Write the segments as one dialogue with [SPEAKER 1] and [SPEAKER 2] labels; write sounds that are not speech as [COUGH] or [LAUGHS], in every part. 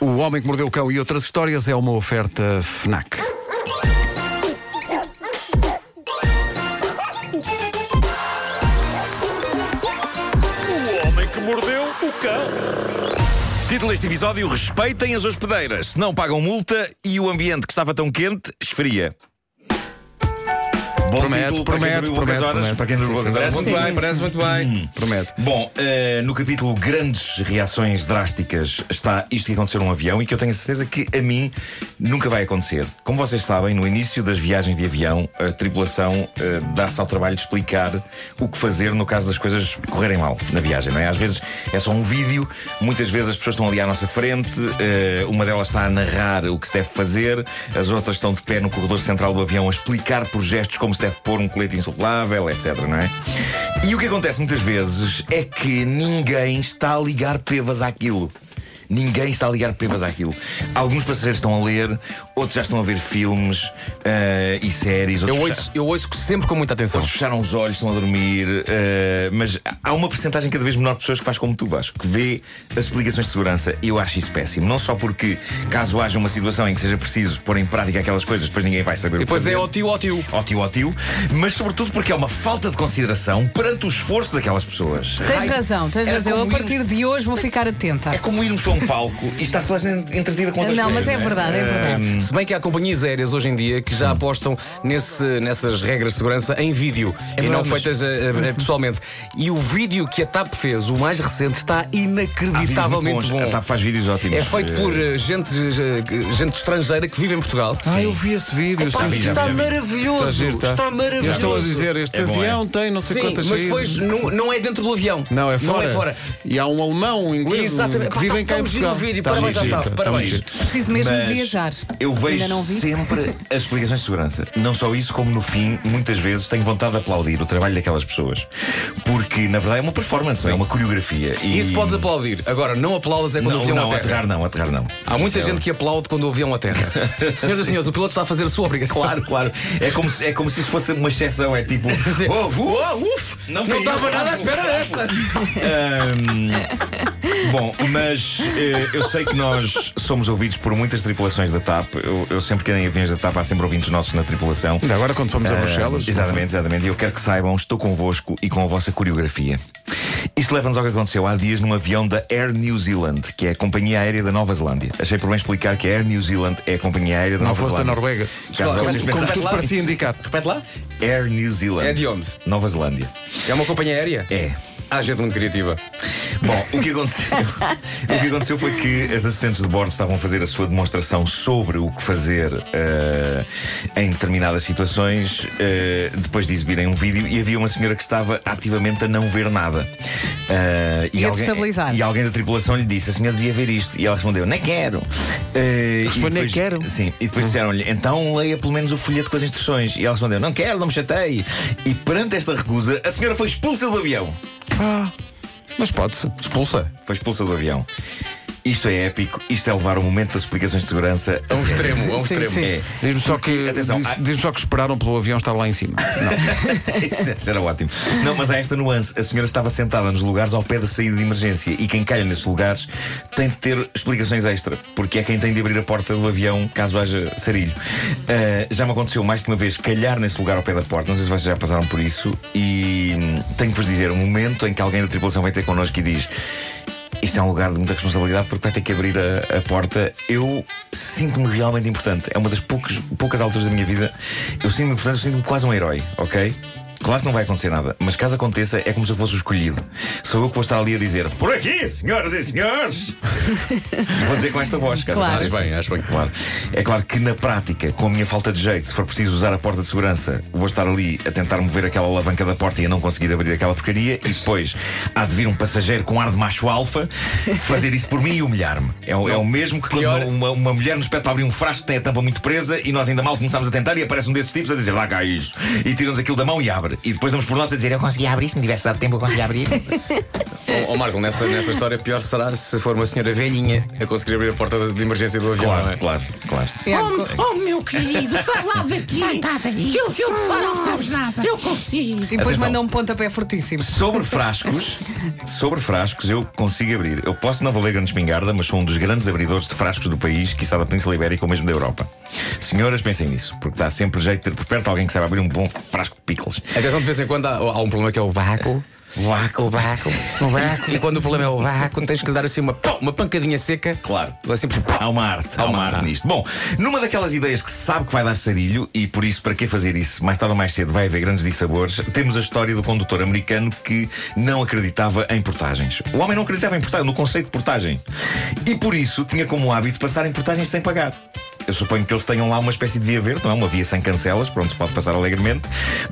[SPEAKER 1] O Homem que Mordeu o Cão e outras histórias é uma oferta FNAC.
[SPEAKER 2] O homem que mordeu o cão.
[SPEAKER 3] Título deste episódio: Respeitem as hospedeiras, se não pagam multa e o ambiente que estava tão quente esfria. Bom
[SPEAKER 1] Promete,
[SPEAKER 3] título para
[SPEAKER 1] promete,
[SPEAKER 3] quem dormiu poucas
[SPEAKER 1] promete,
[SPEAKER 3] horas.
[SPEAKER 1] promete.
[SPEAKER 3] Para quem dormiu
[SPEAKER 1] Sim,
[SPEAKER 3] poucas
[SPEAKER 1] sim, parece
[SPEAKER 3] horas. Bom,
[SPEAKER 1] muito
[SPEAKER 3] bem.
[SPEAKER 4] bem, parece muito bem.
[SPEAKER 1] Promete.
[SPEAKER 3] Bom, eh, no capítulo Grandes Reações Drásticas está isto que aconteceu num avião e que eu tenho a certeza que a mim nunca vai acontecer. Como vocês sabem, no início das viagens de avião, a tripulação eh, dá-se ao trabalho de explicar o que fazer no caso das coisas correrem mal na viagem, não é? Às vezes é só um vídeo, muitas vezes as pessoas estão ali à nossa frente, eh, uma delas está a narrar o que se deve fazer, as outras estão de pé no corredor central do avião a explicar por gestos como se deve pôr um colete insuflável, etc, não é? E o que acontece muitas vezes é que ninguém está a ligar pevas àquilo. Ninguém está a ligar pevas àquilo. Alguns passageiros estão a ler, outros já estão a ver filmes eh, e séries.
[SPEAKER 4] Eu
[SPEAKER 3] Outros já-
[SPEAKER 4] ouço, eu ouço sempre com muita atenção.
[SPEAKER 3] Outros fecharam os olhos, estão a dormir, eh, mas há uma porcentagem cada vez menor de pessoas que faz como tu, Vasco, que vê as explicações de segurança. Eu acho isso péssimo. Não só porque, caso haja uma situação em que seja preciso pôr em prática aquelas coisas, depois ninguém vai saber
[SPEAKER 4] E
[SPEAKER 3] o que
[SPEAKER 4] depois é
[SPEAKER 3] fazer.
[SPEAKER 4] ó tio, ó tio.
[SPEAKER 3] Ó tio, ó tio, mas sobretudo porque é uma falta de consideração perante o esforço daquelas pessoas.
[SPEAKER 5] Tens
[SPEAKER 3] Ai,
[SPEAKER 5] razão, tens
[SPEAKER 3] era
[SPEAKER 5] razão. Eu a
[SPEAKER 3] como irmos-
[SPEAKER 5] partir de hoje vou ficar atenta.
[SPEAKER 3] É como irmos para um palco e estar toda a gente entretida com outras
[SPEAKER 5] Não,
[SPEAKER 3] coisas. né? Hum,
[SPEAKER 5] mas é verdade, é verdade.
[SPEAKER 4] Se bem que há companhias aéreas hoje em dia que já apostam nesse, nessas regras de segurança em vídeo e não feitas eh, eh, pessoalmente. E o vídeo que a TAP fez, o mais recente, está inacreditavelmente bom.
[SPEAKER 3] A TAP tá, faz vídeos ótimos.
[SPEAKER 4] É feito por
[SPEAKER 3] Eh,
[SPEAKER 4] eh, gente, eh, gente estrangeira que vive em Portugal.
[SPEAKER 1] Ah, eu vi esse vídeo.
[SPEAKER 4] Pá,
[SPEAKER 1] sim,
[SPEAKER 3] vi,
[SPEAKER 1] sim.
[SPEAKER 3] já
[SPEAKER 4] está
[SPEAKER 3] vi, já vi.
[SPEAKER 4] maravilhoso!
[SPEAKER 1] Está giro, tá?
[SPEAKER 4] Está maravilhoso!
[SPEAKER 1] Já estão a dizer, este
[SPEAKER 3] É bom,
[SPEAKER 1] avião tem não sei
[SPEAKER 4] Sim,
[SPEAKER 1] quantas
[SPEAKER 4] mas
[SPEAKER 1] saídas.
[SPEAKER 4] depois não, não é dentro do avião.
[SPEAKER 1] Não, é fora.
[SPEAKER 4] Não é fora.
[SPEAKER 1] E há um alemão, um inglês, um-
[SPEAKER 4] Exatamente.
[SPEAKER 1] que
[SPEAKER 4] Pá,
[SPEAKER 1] vivem
[SPEAKER 4] tá
[SPEAKER 1] cá em
[SPEAKER 4] tão giro o
[SPEAKER 1] Portugal.
[SPEAKER 4] vídeo,
[SPEAKER 1] Tá
[SPEAKER 4] parabéns
[SPEAKER 1] muito
[SPEAKER 4] à
[SPEAKER 1] giro,
[SPEAKER 4] TAP,
[SPEAKER 1] tá muito
[SPEAKER 4] parabéns.
[SPEAKER 1] giro.
[SPEAKER 5] Preciso mesmo
[SPEAKER 3] Mas
[SPEAKER 5] viajar.
[SPEAKER 3] Eu vejo
[SPEAKER 5] Ainda não vi.
[SPEAKER 3] sempre as explicações de segurança. Não só isso, como no fim, muitas vezes tenho vontade de aplaudir o trabalho daquelas pessoas. Porque, na verdade, é uma performance, é uma coreografia. E...
[SPEAKER 4] Isso podes aplaudir. Agora, não aplaudas é quando o
[SPEAKER 3] Não,
[SPEAKER 4] avião
[SPEAKER 3] não,
[SPEAKER 4] aterra.
[SPEAKER 3] aterrar não, aterrar não.
[SPEAKER 4] Há muita
[SPEAKER 3] Isso é-
[SPEAKER 4] gente que aplaude quando o avião [LAUGHS] aterra. Senhoras e senhores, o piloto está a fazer a sua obrigação.
[SPEAKER 3] [LAUGHS] Claro, claro. É como, se, é como se isso fosse uma exceção. É
[SPEAKER 4] [LAUGHS]
[SPEAKER 3] tipo.
[SPEAKER 4] Quer dizer,
[SPEAKER 3] "Oh, vou-
[SPEAKER 4] oh, uf,
[SPEAKER 3] Não
[SPEAKER 4] não
[SPEAKER 3] caiu,
[SPEAKER 4] estava nada à
[SPEAKER 3] bravo,
[SPEAKER 4] espera
[SPEAKER 3] bravo."
[SPEAKER 4] desta.
[SPEAKER 3] Ahm, bom, mas eh, eu sei que nós somos ouvidos por muitas tripulações da TAP. Eu, eu sempre que ando em aviões da TAP há sempre ouvintes nossos na tripulação.
[SPEAKER 1] Ainda agora quando fomos a
[SPEAKER 3] Ah,
[SPEAKER 1] Bruxelas.
[SPEAKER 3] Exatamente, exatamente. E eu quero que saibam, estou convosco e com a vossa coreografia. Isto leva-nos ao que aconteceu há dias num avião da Air New Zealand, que é a companhia aérea da Nova Zelândia. Achei por bem explicar que a Air New Zealand é a companhia aérea da
[SPEAKER 1] Não
[SPEAKER 3] Nova
[SPEAKER 1] fosse da
[SPEAKER 3] Zelândia.
[SPEAKER 1] Noruega.
[SPEAKER 3] Caso vocês
[SPEAKER 1] Como, como
[SPEAKER 3] pensassem-
[SPEAKER 1] tudo
[SPEAKER 4] lá.
[SPEAKER 1] parecia indicar.
[SPEAKER 4] Repete lá.
[SPEAKER 3] Air New Zealand.
[SPEAKER 4] É de onde?
[SPEAKER 3] Nova Zelândia.
[SPEAKER 4] É uma companhia aérea?
[SPEAKER 3] É.
[SPEAKER 4] Há gente muito [LAUGHS] criativa.
[SPEAKER 3] Bom, o que aconteceu? [LAUGHS] o que aconteceu foi que as assistentes de bordo estavam a fazer a sua demonstração sobre o que fazer eh, em determinadas situações, eh, depois de exibirem um vídeo, e havia uma senhora que estava ativamente a não ver nada. Eh,
[SPEAKER 5] E a
[SPEAKER 3] alguém-
[SPEAKER 5] destabilizar.
[SPEAKER 3] e alguém da tripulação lhe disse: a senhora devia ver isto. E ela respondeu: nem quero. Eh,
[SPEAKER 1] Respondeu,
[SPEAKER 3] e
[SPEAKER 1] "Nem
[SPEAKER 3] depois-
[SPEAKER 1] quero." Uhum.
[SPEAKER 3] Sim, e depois disseram-lhe, então leia pelo menos o folheto com as instruções. E ela respondeu, não quero, não me chatei. E perante esta recusa, a senhora foi expulsa do avião.
[SPEAKER 1] Mas pode-se.
[SPEAKER 4] Expulsa.
[SPEAKER 3] Foi expulsa do avião. Isto é épico, isto é levar o momento das explicações de segurança a
[SPEAKER 4] É um
[SPEAKER 3] sério.
[SPEAKER 4] extremo, é um
[SPEAKER 5] Sim,
[SPEAKER 4] extremo.
[SPEAKER 5] sim.
[SPEAKER 3] É.
[SPEAKER 1] Diz-me só
[SPEAKER 3] Porque,
[SPEAKER 1] que
[SPEAKER 3] atenção, há-
[SPEAKER 1] diz- diz-me só que esperaram pelo avião estar lá em cima.
[SPEAKER 3] Isso isso era ótimo. Não, mas há esta nuance. A senhora estava sentada nos lugares ao pé da saída de emergência e quem calha nesses lugares tem de ter explicações extra, porque é quem tem de abrir a porta do avião caso haja sarilho. Ah, já me aconteceu mais de uma vez calhar nesse lugar ao pé da porta, não sei se vocês já passaram por isso, e hum, tenho que vos dizer: o momento em que alguém da tripulação vem ter connosco e diz. Isto é um lugar de muita responsabilidade porque vai ter que abrir a, a porta. Eu sinto-me realmente importante. É uma das poucas, poucas alturas da minha vida. Eu sinto-me importante, eu sinto-me quase um herói, ok? Claro que não vai acontecer nada, mas caso aconteça, é como se eu fosse o escolhido. Sou eu que vou estar ali a dizer por aqui, senhoras e senhores! e vou dizer com esta voz, caso
[SPEAKER 5] Claro.
[SPEAKER 3] aconteça.
[SPEAKER 4] Acho bem, acho bem.
[SPEAKER 3] Claro. É claro que na prática, com a minha falta de jeito, se for preciso usar a porta de segurança, vou estar ali a tentar mover aquela alavanca da porta e a não conseguir abrir aquela porcaria. E depois há de vir um passageiro com ar de macho alfa fazer isso por mim e humilhar-me. É, o- é o mesmo que quando
[SPEAKER 4] pior-
[SPEAKER 3] uma, uma- uma mulher nos pede para abrir um frasco que tem a tampa muito presa e nós ainda mal começamos a tentar e aparece um desses tipos a dizer lá cá isso. "É, E tiramos aquilo da mão e abre. E depois damos por nós a dizer eu consegui abrir, se me tivesse dado tempo eu consegui abrir.
[SPEAKER 4] Ó ó, Marco, nessa, nessa história, pior será se for uma senhora velhinha a conseguir abrir a porta de emergência do avião, não é?
[SPEAKER 3] Claro, claro, claro.
[SPEAKER 5] É,
[SPEAKER 6] Oh, oh, meu querido, sai lá daqui.
[SPEAKER 7] Sai lá daí.
[SPEAKER 6] Que eu, que eu te falo,
[SPEAKER 7] Não
[SPEAKER 6] não sabes nada. Eu consigo.
[SPEAKER 5] E depois
[SPEAKER 3] Atenção.
[SPEAKER 5] manda um pontapé fortíssimo.
[SPEAKER 3] Sobre frascos, sobre frascos eu consigo abrir. Eu posso não valer grande espingarda, mas sou um dos grandes abridores de frascos do país, quiçá da Península Ibérica ou mesmo da Europa. Senhoras, pensem nisso, porque dá sempre jeito de ter por perto alguém que sabe abrir um bom frasco de pickles.
[SPEAKER 4] Atenção, de vez em quando há, há um problema que é o barraco. Barraco, o barraco, o barraco. um E quando o problema é o barraco, tens que lhe dar assim uma, pau, uma pancadinha seca.
[SPEAKER 3] Claro.
[SPEAKER 4] Assim,
[SPEAKER 3] Há uma arte, há uma arte nisto. Bom, numa daquelas ideias que se sabe que vai dar sarilho e por isso, para que fazer isso? Mais tarde ou mais cedo vai haver grandes dissabores. Temos a história do condutor americano que não acreditava em portagens. O homem não acreditava em portagem, no conceito de portagem. E por isso tinha como hábito passar em portagens sem pagar. Eu suponho que eles tenham lá uma espécie de via verde, não é? Uma via sem cancelas, pronto, se pode passar alegremente.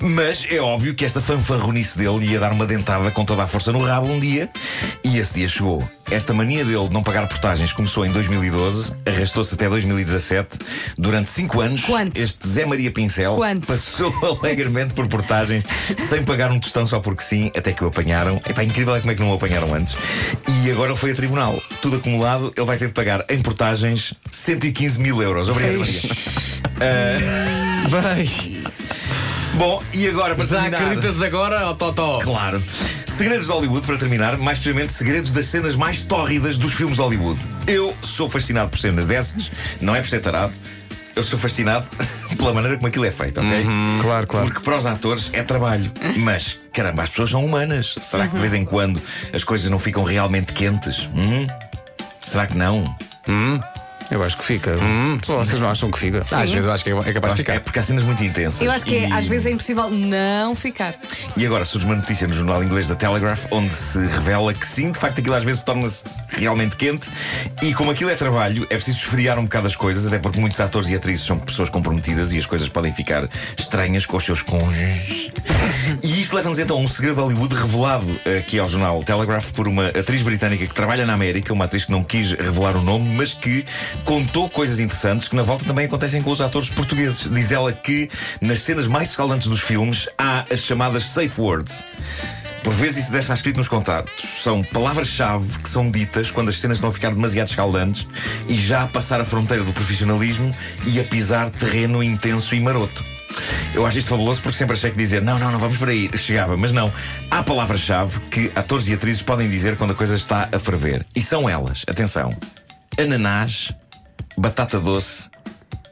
[SPEAKER 3] Mas é óbvio que esta fanfarronice dele ia dar uma dentada com toda a força no rabo um dia. E esse dia chegou. Esta mania dele de não pagar portagens começou em 2012, arrastou-se até 2017. Durante cinco anos,
[SPEAKER 5] Quanto?
[SPEAKER 3] este Zé Maria Pincel
[SPEAKER 5] Quanto?
[SPEAKER 3] passou [LAUGHS] alegremente por portagens sem pagar um tostão só porque sim, até que o apanharam. Epá, incrível é como é que não o apanharam antes. E agora ele foi a tribunal. Tudo acumulado, ele vai ter de pagar em portagens 115 mil euros. Obrigado, Maria. Ah,
[SPEAKER 1] Bem,
[SPEAKER 3] Bom, e agora para
[SPEAKER 4] Já
[SPEAKER 3] terminar.
[SPEAKER 4] acreditas agora, ó Totó?
[SPEAKER 3] Claro. Segredos de Hollywood, para terminar, mais precisamente segredos das cenas mais tórridas dos filmes de Hollywood. Eu sou fascinado por cenas dessas, não é por ser tarado, eu sou fascinado [LAUGHS] pela maneira como aquilo é feito, ok?
[SPEAKER 1] claro, claro.
[SPEAKER 3] Porque para os atores é
[SPEAKER 5] [LAUGHS]
[SPEAKER 3] trabalho. Mas, caramba, as pessoas são humanas. Será que de vez em quando as coisas não ficam realmente quentes? Hum? Será que não?
[SPEAKER 1] Eu acho que fica. Ah, Vocês não acham que fica?
[SPEAKER 4] Às vezes eu acho que é capaz de
[SPEAKER 3] Acho que é
[SPEAKER 4] ficar.
[SPEAKER 3] porque há cenas muito intensas.
[SPEAKER 5] Eu acho que é,
[SPEAKER 3] E-
[SPEAKER 5] às vezes é impossível não ficar.
[SPEAKER 3] E agora surge uma notícia no jornal inglês da Telegraph onde se revela que sim, de facto aquilo às vezes torna-se realmente quente e como aquilo é trabalho, é preciso esfriar um bocado as coisas, até porque muitos atores e atrizes são pessoas comprometidas e as coisas podem ficar estranhas com os seus cônjuges. E isto leva-nos então a um segredo de Hollywood revelado aqui ao jornal Telegraph por uma atriz britânica que trabalha na América, uma atriz que não quis revelar o nome, mas que contou coisas interessantes que na volta também acontecem com os atores portugueses. Diz ela que nas cenas mais escalantes dos filmes há as chamadas safe words. Por vezes isso deixa escrito nos contratos. São palavras-chave que são ditas quando as cenas estão a ficar demasiado escaldantes e já a passar a fronteira do profissionalismo e a pisar terreno intenso e maroto. Eu acho isto fabuloso porque sempre achei que dizer não, não, não vamos por aí chegava, mas não. Há palavras-chave que atores e atrizes podem dizer quando a coisa está a ferver. E são elas, atenção: ananás, batata doce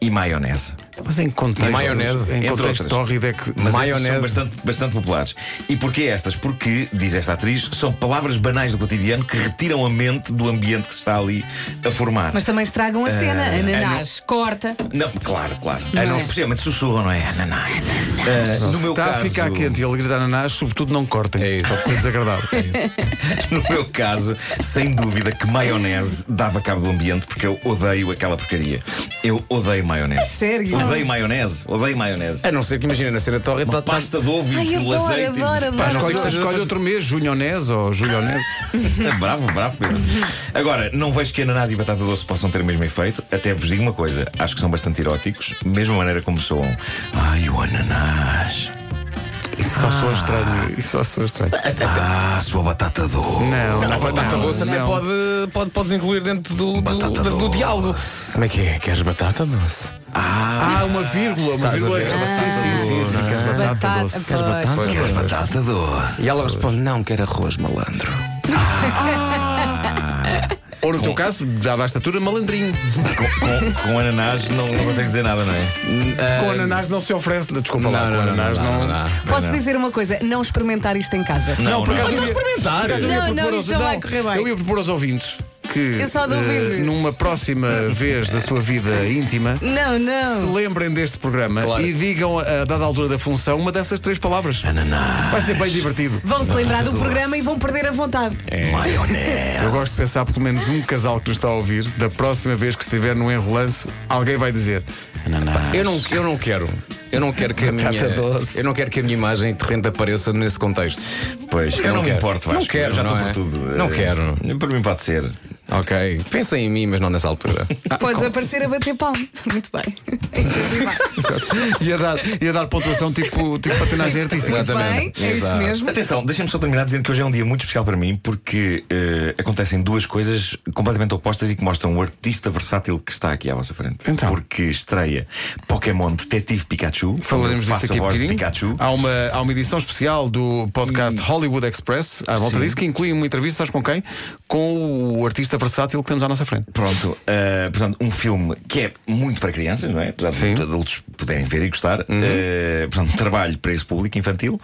[SPEAKER 3] e maionese.
[SPEAKER 1] Mas em contexto.
[SPEAKER 4] Maionese,
[SPEAKER 1] Em
[SPEAKER 3] entre
[SPEAKER 1] contexto
[SPEAKER 3] outras.
[SPEAKER 1] tórrido é que.
[SPEAKER 3] Mas estas
[SPEAKER 4] Maionese.
[SPEAKER 3] são bastante, bastante populares. E porquê estas? Porque, diz esta atriz, são palavras banais do cotidiano que retiram a mente do ambiente que se está ali a formar.
[SPEAKER 5] Mas também estragam a cena.
[SPEAKER 3] Ah,
[SPEAKER 5] Ananás, corta.
[SPEAKER 3] Não, claro, claro.
[SPEAKER 5] Não
[SPEAKER 3] Ah, não,
[SPEAKER 5] é?
[SPEAKER 3] especialmente sussurram, não é? Ananás. Ah,
[SPEAKER 1] Se está a ficar quente e ele grita ananás, sobretudo não cortem.
[SPEAKER 4] É isso.
[SPEAKER 1] Pode ser desagradável.
[SPEAKER 3] [LAUGHS] No meu caso, sem dúvida que maionese dava cabo do ambiente porque eu odeio aquela porcaria. Eu odeio maionese.
[SPEAKER 5] É sério?
[SPEAKER 3] Odeio maionese, odeio maionese.
[SPEAKER 4] A não ser que imagina na cena Torre
[SPEAKER 3] Uma pasta de ovo
[SPEAKER 5] Ai,
[SPEAKER 3] e do
[SPEAKER 5] adoro,
[SPEAKER 3] azeite.
[SPEAKER 5] adoro,
[SPEAKER 4] Pá, não
[SPEAKER 5] adoro.
[SPEAKER 4] sei
[SPEAKER 1] Escolhe,
[SPEAKER 4] que seja-
[SPEAKER 1] escolhe outro mês, junionese ou julionese.
[SPEAKER 3] É bravo, bravo, Pedro. Agora, não vejo que ananás e batata doce possam ter o mesmo efeito. Até vos digo uma coisa, acho que são bastante eróticos, mesma maneira como soam. Ai, o ananás.
[SPEAKER 1] Isso só soa estranho. Isso só soa estranho.
[SPEAKER 3] Ah, sua batata doce.
[SPEAKER 1] Não, não,
[SPEAKER 4] A batata
[SPEAKER 1] não,
[SPEAKER 4] doce até
[SPEAKER 1] não.
[SPEAKER 4] pode, pode, podes incluir dentro do, do,
[SPEAKER 3] Batata
[SPEAKER 4] do, do
[SPEAKER 3] doce.
[SPEAKER 4] diálogo. Como é que é? Queres batata doce?
[SPEAKER 1] Ah, uma vírgula, uma vírgula. é
[SPEAKER 4] a ver?
[SPEAKER 1] Sim, sim, sim, sim. Queres batata
[SPEAKER 5] Batata,
[SPEAKER 1] doce.
[SPEAKER 5] pois.
[SPEAKER 3] Queres batata doce?
[SPEAKER 4] E ela responde: Não, quero arroz, malandro.
[SPEAKER 1] Ou no teu caso, dava a estatura malandrinho.
[SPEAKER 3] Com, com ananás não, não consegues dizer nada, não é?
[SPEAKER 1] Com ananás não se oferece. Desculpa lá, com ananás não.
[SPEAKER 5] Posso dizer uma coisa? Não experimentar isto em casa.
[SPEAKER 1] Não, por acaso
[SPEAKER 3] não.
[SPEAKER 1] eu ia- por acaso eu ia
[SPEAKER 5] Então Não, não,
[SPEAKER 1] propor aos-
[SPEAKER 5] isto não vai correr bem.
[SPEAKER 1] Eu ia propor aos ouvintes que
[SPEAKER 5] Eu só dou
[SPEAKER 1] eh,
[SPEAKER 5] ouvidos.
[SPEAKER 1] numa próxima vez da sua vida íntima
[SPEAKER 5] Não,
[SPEAKER 1] se
[SPEAKER 5] não.
[SPEAKER 1] lembrem deste programa
[SPEAKER 4] Claro.
[SPEAKER 1] e digam a dada altura da função uma dessas três palavras. Vai ser bem divertido.
[SPEAKER 5] Vão-se lembrar do programa e vão perder a vontade.
[SPEAKER 1] Eu gosto de pensar pelo menos um casal que nos está a ouvir, da próxima vez que estiver num enrolance, alguém vai dizer ananás.
[SPEAKER 4] Eu não, eu não quero. Eu não quero que a minha.
[SPEAKER 1] Batata doce.
[SPEAKER 4] Eu não quero que a minha imagem terrente apareça nesse contexto.
[SPEAKER 3] Pois, eu,
[SPEAKER 4] quero.
[SPEAKER 3] não me importo, Vasco.
[SPEAKER 4] Não quero,
[SPEAKER 3] eu já
[SPEAKER 4] não
[SPEAKER 3] estou
[SPEAKER 4] é?
[SPEAKER 3] por tudo.
[SPEAKER 4] Não
[SPEAKER 3] Eh,
[SPEAKER 4] quero.
[SPEAKER 3] Para mim pode ser.
[SPEAKER 4] Ok, pensem em mim, mas não nessa [LAUGHS] altura.
[SPEAKER 5] Podes aparecer a bater palmo. [LAUGHS] Muito bem.
[SPEAKER 1] E a dar, e a dar pontuação tipo, tipo patinagem artística.
[SPEAKER 5] Muito bem, é isso
[SPEAKER 4] Exato.
[SPEAKER 5] mesmo.
[SPEAKER 3] Atenção, deixa-me só terminar dizendo que hoje é um dia muito especial para mim porque eh, acontecem duas coisas completamente opostas e que mostram o artista versátil que está aqui à vossa frente.
[SPEAKER 1] Então.
[SPEAKER 3] Porque estreia Pokémon Detetive Pikachu.
[SPEAKER 1] Falaremos
[SPEAKER 3] Faça
[SPEAKER 1] disso aqui a
[SPEAKER 3] a voz de
[SPEAKER 1] bocadinho. Ah.
[SPEAKER 3] Pikachu.
[SPEAKER 1] Há uma, há uma edição especial do podcast Hollywood Express à volta
[SPEAKER 3] Sim.
[SPEAKER 1] disso, que inclui uma entrevista, sabes com quem? Com o artista versátil que temos à nossa frente.
[SPEAKER 3] Pronto, eh, portanto, um filme que é muito para crianças, não é? Apesar de
[SPEAKER 1] Sim. Uhum.
[SPEAKER 3] adultos poderem ver e gostar. Eh, portanto, trabalho para esse público infantil.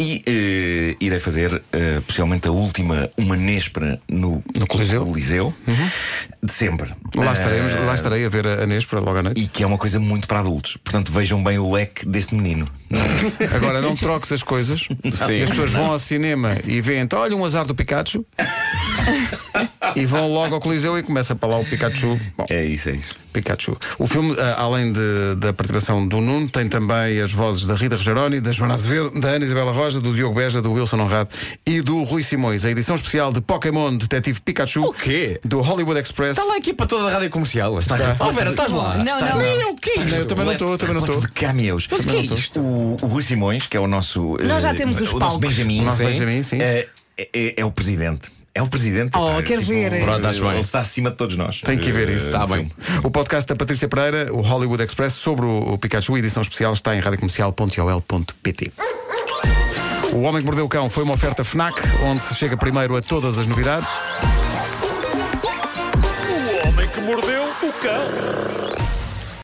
[SPEAKER 3] E eh, irei fazer, eh, possivelmente, a última, uma néspera no,
[SPEAKER 1] No Coliseu. Uhum.
[SPEAKER 3] Coliseu, de sempre.
[SPEAKER 1] Lá
[SPEAKER 3] Eh,
[SPEAKER 1] estaremos, lá estarei a ver a Inês para logo à noite.
[SPEAKER 3] E que é uma coisa muito para adultos. Portanto, vejam bem o leque deste menino.
[SPEAKER 1] Agora não troques as coisas. E as pessoas vão ao cinema e veem, então, olha um azar do Pikachu. e vão logo ao Coliseu e começa para lá o Pikachu. Bom,
[SPEAKER 3] É isso, é isso.
[SPEAKER 1] Pikachu. O filme, ah, além de- da participação do Nuno, tem também as vozes da Rita Rogeroni, da Joana Azevedo, da Ana Isabela Roja, do Diogo Beja, do Wilson Honrado e do Rui Simões. A edição especial de Pokémon Detetive Pikachu.
[SPEAKER 4] O quê?
[SPEAKER 1] Do Hollywood Express.
[SPEAKER 4] Está lá aqui para toda a rádio comercial. Oh, Vera, estás lá.
[SPEAKER 5] Não, Tá. não. é
[SPEAKER 4] o quê?
[SPEAKER 1] Não, eu também não estou, eu também não estou.
[SPEAKER 3] Repleto de cameos. Mas o que é isto? O, o Rui Simões, que é o nosso.
[SPEAKER 5] Nós já
[SPEAKER 3] eh,
[SPEAKER 5] temos os
[SPEAKER 3] o nosso
[SPEAKER 5] palcos.
[SPEAKER 3] Benjamin.
[SPEAKER 1] O nosso
[SPEAKER 3] sim.
[SPEAKER 1] Benjamin, sim.
[SPEAKER 3] Eh, É, é o presidente. É o presidente.
[SPEAKER 5] Oh,
[SPEAKER 3] Eh,
[SPEAKER 5] quero ver, eh.
[SPEAKER 4] Pronto, acho bem.
[SPEAKER 3] Ele está acima de todos nós.
[SPEAKER 1] Tem que ver
[SPEAKER 3] Eh,
[SPEAKER 1] isso.
[SPEAKER 4] Está
[SPEAKER 3] no
[SPEAKER 4] bem.
[SPEAKER 3] filme.
[SPEAKER 1] O podcast da Patrícia Pereira, o Hollywood Express, sobre o o Pikachu, edição especial, está em radiocomercial.ol.pt. O Homem que Mordeu o Cão foi uma oferta FNAC, onde se chega primeiro a todas as novidades.
[SPEAKER 2] O homem que mordeu o cão.